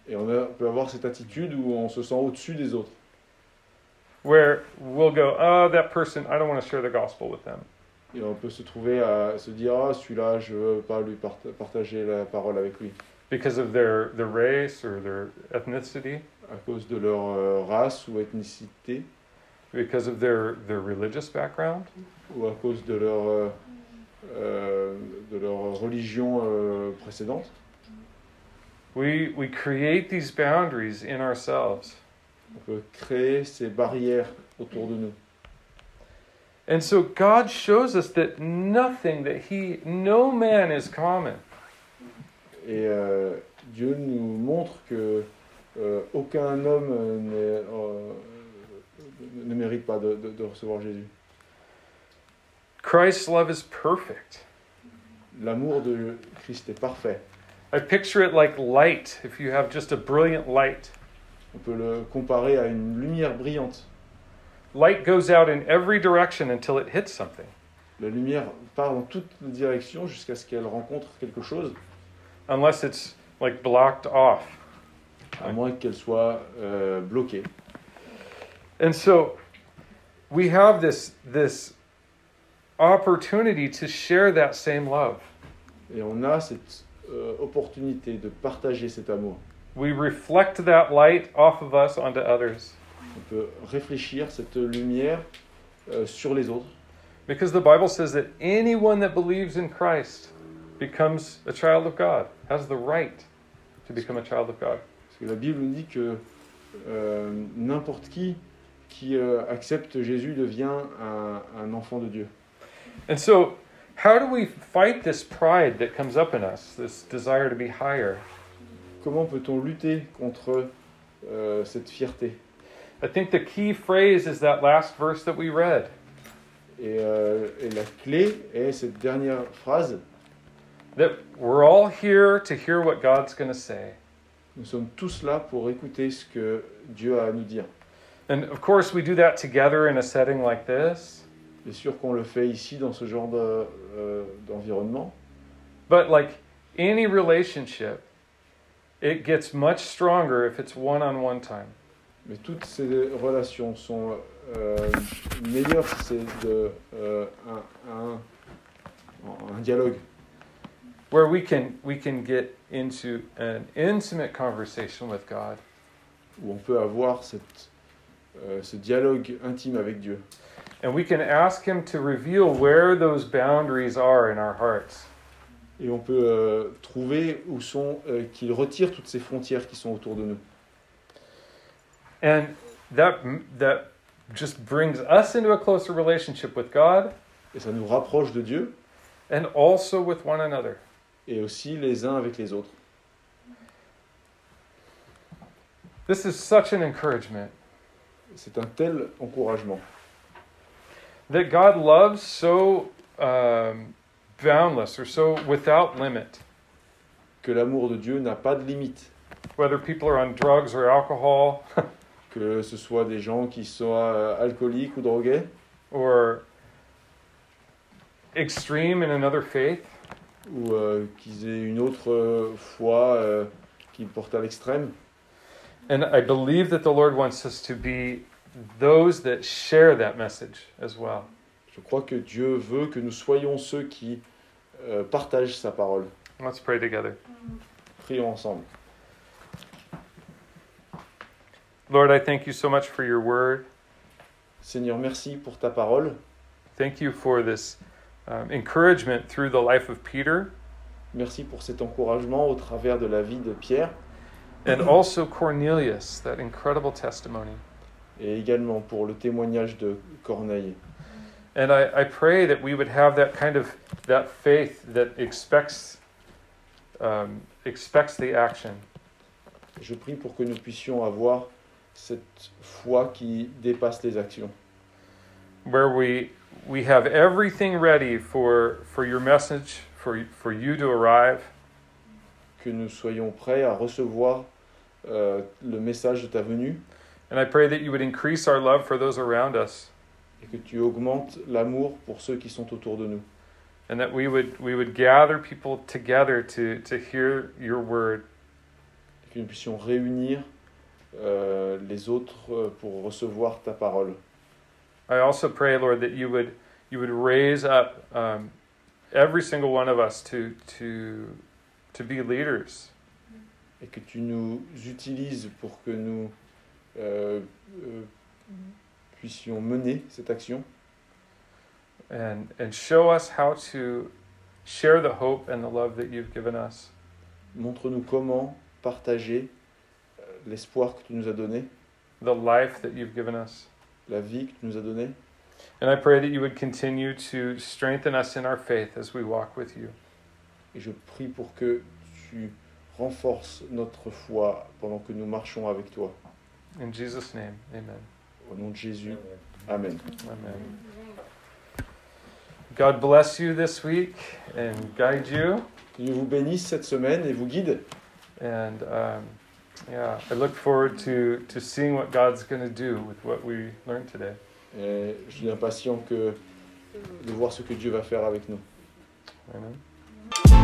Speaker 3: Et on a- peut avoir cette attitude où on se sent au-dessus des autres.
Speaker 2: where we'll go, oh, that person, I don't want to share the gospel with them.
Speaker 3: Et on peut se trouver à se dire, ah, celui-là, je veux pas lui part- partager la parole avec lui.
Speaker 2: Because of their, their race or their ethnicity,
Speaker 3: à cause de leur euh, race ou ethnicité,
Speaker 2: because of their, their religious background.
Speaker 3: ou à cause de leur, euh, euh, de leur religion euh, précédente.
Speaker 2: We, we create these boundaries in ourselves.
Speaker 3: On peut créer ces barrières autour de nous.
Speaker 2: And so God shows us that nothing that he no man is common.
Speaker 3: Et euh, Dieu nous montre que euh, aucun homme euh, n'est, euh, ne mérite pas de, de- de recevoir Jésus.
Speaker 2: Christ's love is perfect.
Speaker 3: L'amour de Christ est parfait.
Speaker 2: I picture it like light, if you have just a brilliant light.
Speaker 3: On peut le comparer à une lumière brillante.
Speaker 2: light goes out in every direction until it hits something.
Speaker 3: La lumière part dans toutes les directions jusqu'à ce qu'elle rencontre quelque chose,
Speaker 2: unless it's like blocked off.
Speaker 3: à moins qu'elle soit euh, bloquée.
Speaker 2: And so we have this this opportunity to share that same love.
Speaker 3: Et on a cette euh, opportunité de partager cet amour.
Speaker 2: We reflect that light off of us onto others
Speaker 3: On peut réfléchir cette lumière euh, sur les autres.
Speaker 2: because the Bible says that anyone that believes in Christ becomes a child of God, has the right to become a child of God.
Speaker 3: Parce que la Bible nous dit que euh, n'importe qui qui euh, accepte Jésus devient un, un enfant de Dieu.
Speaker 2: And so, how do we fight this pride that comes up in us, this desire to be higher?
Speaker 3: Comment peut-on lutter contre euh, cette fierté
Speaker 2: I think the key phrase is that last verse that we read.
Speaker 3: et, euh, et la clé est cette dernière phrase.
Speaker 2: that we're all here to hear what God's going to say.
Speaker 3: Nous sommes tous là pour écouter ce que Dieu a à nous dire.
Speaker 2: And of course, we do that together in a setting like this.
Speaker 3: Bien sûr qu'on le fait ici dans ce genre de, euh, d'environnement,
Speaker 2: But like any relationship, it gets much stronger if it's one on one time.
Speaker 3: mais toutes ces relations sont euh, meilleures si c'est de, euh, un- un- un dialogue.
Speaker 2: Where we can we can get into an intimate conversation with God,
Speaker 3: où on peut avoir cette, euh, ce dialogue intime avec Dieu.
Speaker 2: and we can ask Him to reveal where those boundaries are in our hearts.
Speaker 3: Et on peut euh, trouver où sont, euh, qu'il retire toutes ces frontières qui sont autour de nous.
Speaker 2: And that that just brings us into a closer relationship with God
Speaker 3: Et ça nous rapproche de Dieu
Speaker 2: and also with one another.
Speaker 3: et aussi les uns avec les autres.
Speaker 2: This is such an encouragement.
Speaker 3: C'est un tel encouragement.
Speaker 2: that God loves so um, boundless or so without limit,
Speaker 3: Que l'amour de Dieu n'a pas de limite.
Speaker 2: whether people are on drugs or alcohol
Speaker 3: Que ce soit des gens qui soient euh, alcooliques ou drogués,
Speaker 2: or extreme in another faith.
Speaker 3: ou euh, qu'ils aient une autre euh, foi euh, qui porte à l'extrême.
Speaker 2: And I believe that the Lord wants us to be those that share that message as well.
Speaker 3: Je crois que Dieu veut que nous soyons ceux qui euh, partagent sa parole.
Speaker 2: Let's pray together.
Speaker 3: Prions ensemble.
Speaker 2: Lord, I thank you so much for your word.
Speaker 3: Seigneur, merci pour ta parole.
Speaker 2: Thank you for this um, encouragement through the life of Peter
Speaker 3: Merci pour cet encouragement au travers de la vie de Pierre
Speaker 2: and also Cornelius, that incredible testimony.
Speaker 3: et également pour le témoignage de Corneille.
Speaker 2: And I, I pray that we would have that kind of that faith that expects um, expects the action.
Speaker 3: Je prie pour que nous puissions avoir cette foi qui dépasse les actions,
Speaker 2: Where we we have everything ready for for your message, for for you to arrive,
Speaker 3: que nous soyons prêts à recevoir euh, le message de ta venue
Speaker 2: and I pray that you would increase our love for those around us,
Speaker 3: et que tu augmentes l'amour pour ceux qui sont autour de nous
Speaker 2: and that we would we would gather people together to to hear your word.
Speaker 3: et que nous puissions réunir euh, les autres euh, pour recevoir ta parole.
Speaker 2: I also pray, Lord, that you would you would raise up um, every single one of us to to to be leaders.
Speaker 3: et que tu nous utilises pour que nous euh, euh, puissions mener cette action
Speaker 2: and and show us how to share the hope and the love that you've given us.
Speaker 3: montre-nous comment partager euh, l'espoir que tu nous as donné
Speaker 2: The life that you've given us.
Speaker 3: la vie que tu nous as donnée
Speaker 2: And I pray that you would continue to strengthen us in our faith as we walk with you.
Speaker 3: et je prie pour que tu renforces notre foi pendant que nous marchons avec toi
Speaker 2: In Jesus' name, amen.
Speaker 3: au nom de Jésus Amen
Speaker 2: Amen. God bless you this week and guide you.
Speaker 3: que Dieu vous bénisse cette semaine et vous guide
Speaker 2: And um, yeah, I look forward to, to seeing what God's going to do with what we learned today.
Speaker 3: Et je suis impatient que, de voir ce que Dieu va faire avec nous.
Speaker 2: Amen.